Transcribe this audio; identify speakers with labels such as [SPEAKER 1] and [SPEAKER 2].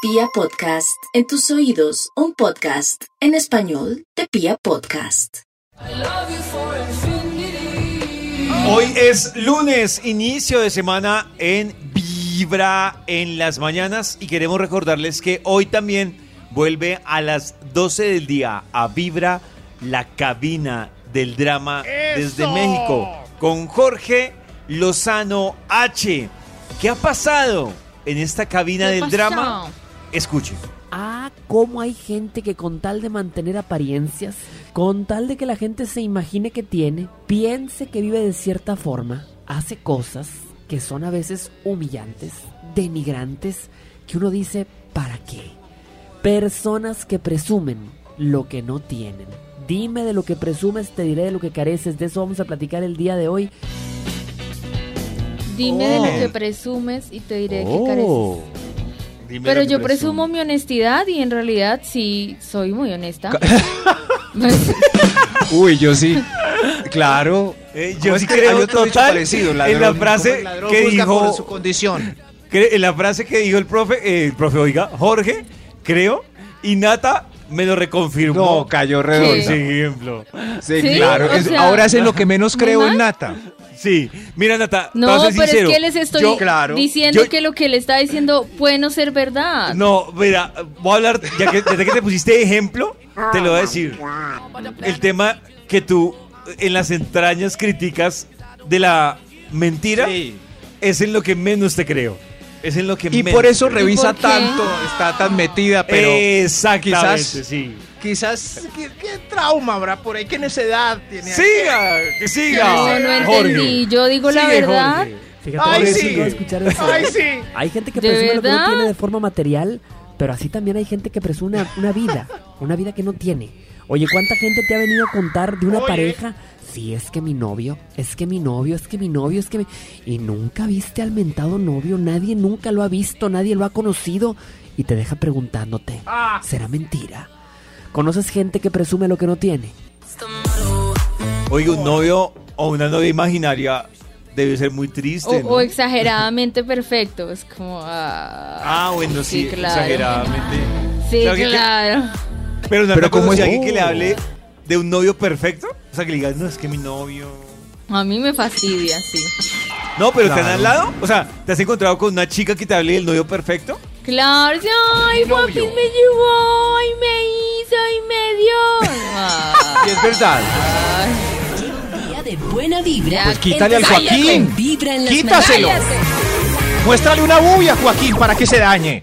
[SPEAKER 1] Pia Podcast, en tus oídos, un podcast en español de Pia Podcast.
[SPEAKER 2] Hoy es lunes, inicio de semana en Vibra en las mañanas y queremos recordarles que hoy también vuelve a las 12 del día a Vibra la cabina del drama desde México con Jorge Lozano H. ¿Qué ha pasado en esta cabina
[SPEAKER 3] ¿Qué
[SPEAKER 2] del
[SPEAKER 3] pasó?
[SPEAKER 2] drama? Escuche.
[SPEAKER 4] Ah, cómo hay gente que con tal de mantener apariencias, con tal de que la gente se imagine que tiene, piense que vive de cierta forma, hace cosas que son a veces humillantes, denigrantes, que uno dice, ¿para qué? Personas que presumen lo que no tienen. Dime de lo que presumes, te diré de lo que careces. De eso vamos a platicar el día de hoy.
[SPEAKER 3] Dime de
[SPEAKER 2] Oh.
[SPEAKER 3] lo que presumes y te diré que
[SPEAKER 5] Oh.
[SPEAKER 3] careces. Pero yo presumo mi honestidad y en realidad sí soy muy honesta.
[SPEAKER 5] Uy, yo sí. Claro.
[SPEAKER 2] Eh,
[SPEAKER 5] ¿Cómo
[SPEAKER 2] yo
[SPEAKER 5] es
[SPEAKER 2] sí
[SPEAKER 5] que hay
[SPEAKER 2] creo
[SPEAKER 5] otro dicho
[SPEAKER 2] total
[SPEAKER 5] parecido,
[SPEAKER 2] en la
[SPEAKER 5] ladrón?
[SPEAKER 2] frase
[SPEAKER 6] Como el ladrón
[SPEAKER 2] que
[SPEAKER 6] juzga
[SPEAKER 2] dijo
[SPEAKER 6] por su condición.
[SPEAKER 2] Cre- en la frase que dijo el profe, eh, el profe, oiga, Jorge, creo, y Nata me lo reconfirmó.
[SPEAKER 5] No, cayó
[SPEAKER 2] Por
[SPEAKER 5] redonda.
[SPEAKER 2] ese
[SPEAKER 5] Sí,
[SPEAKER 2] ejemplo.
[SPEAKER 3] Sí,
[SPEAKER 5] claro.
[SPEAKER 3] o
[SPEAKER 5] Es-
[SPEAKER 3] sea,
[SPEAKER 5] ahora es en lo que menos creo en Nata.
[SPEAKER 2] Sí, mira Nata, te voy
[SPEAKER 3] No,
[SPEAKER 2] a ser
[SPEAKER 3] pero
[SPEAKER 2] sincero,
[SPEAKER 3] es que les estoy
[SPEAKER 2] yo-
[SPEAKER 3] diciendo
[SPEAKER 2] yo-
[SPEAKER 3] que lo que él está diciendo puede no ser verdad.
[SPEAKER 2] No, mira, voy a hablar, ya que, desde que te pusiste ejemplo, te lo voy a decir. El tema que tú en las entrañas criticas de la mentira es en lo que menos te creo. Es en lo que
[SPEAKER 5] Y
[SPEAKER 2] menos
[SPEAKER 5] por
[SPEAKER 2] te
[SPEAKER 5] eso
[SPEAKER 2] creo.
[SPEAKER 5] revisa
[SPEAKER 3] por qué?
[SPEAKER 5] tanto, está tan metida, pero
[SPEAKER 2] Eh, Exactamente,
[SPEAKER 5] quizás-
[SPEAKER 2] sí.
[SPEAKER 6] Quizás, ¿qué, qué trauma habrá por ahí? ¿Qué necedad tiene?
[SPEAKER 2] Siga, que
[SPEAKER 3] No,
[SPEAKER 2] siga.
[SPEAKER 3] no entendí. Yo digo la
[SPEAKER 2] Sigue,
[SPEAKER 3] verdad.
[SPEAKER 2] Jorge.
[SPEAKER 4] Fíjate,
[SPEAKER 6] Ay,
[SPEAKER 4] pobrecito,
[SPEAKER 6] sí.
[SPEAKER 4] no escuchar eso.
[SPEAKER 6] Ay, sí.
[SPEAKER 4] Hay gente que
[SPEAKER 3] ¿De
[SPEAKER 4] presume lo que no
[SPEAKER 3] verdad?
[SPEAKER 4] tiene de forma material, pero así también hay gente que presume una, una vida, una vida que no tiene. Oye, ¿cuánta gente te ha venido a contar de una
[SPEAKER 6] Oye.
[SPEAKER 4] pareja? Sí, es que mi novio, es que mi novio, es que mi novio, es que mi... Y nunca viste al mentado novio, nadie nunca lo ha visto, nadie lo ha conocido. Y te deja preguntándote, ¿será mentira? ¿Conoces gente que presume lo que no tiene?
[SPEAKER 2] Oiga, un novio o una novia imaginaria debe ser muy
[SPEAKER 3] O,
[SPEAKER 2] triste. Este, ¿no?
[SPEAKER 3] o exageradamente perfecto. Es como. Ah,
[SPEAKER 2] ah, bueno, sí,
[SPEAKER 3] claro.
[SPEAKER 2] exageradamente.
[SPEAKER 3] Sí,
[SPEAKER 2] Claro que-
[SPEAKER 3] claro.
[SPEAKER 2] Pero, una
[SPEAKER 5] Pero
[SPEAKER 2] cosa
[SPEAKER 5] ¿cómo
[SPEAKER 2] es
[SPEAKER 5] es?
[SPEAKER 2] alguien que le
[SPEAKER 5] Oh.
[SPEAKER 2] hable de un novio perfecto, o sea, que le digas, no, es que mi novio.
[SPEAKER 3] A mí me fastidia, sí.
[SPEAKER 2] No, pero te han
[SPEAKER 5] Claro.
[SPEAKER 2] al lado, o sea, te has encontrado con una chica que te hable del novio perfecto.
[SPEAKER 3] Claro, sí, ay, papi me llevó, y me hizo, y me dio. Ah,
[SPEAKER 5] Y
[SPEAKER 3] Ay,
[SPEAKER 5] es verdad.
[SPEAKER 1] Día de buena vibra.
[SPEAKER 3] Pues
[SPEAKER 5] quítale al
[SPEAKER 1] Empieza
[SPEAKER 5] Joaquín.
[SPEAKER 1] con Vibra en las
[SPEAKER 5] Quításelo.
[SPEAKER 1] mañanas.
[SPEAKER 5] Muéstrale una bubia, Joaquín, para que se dañe.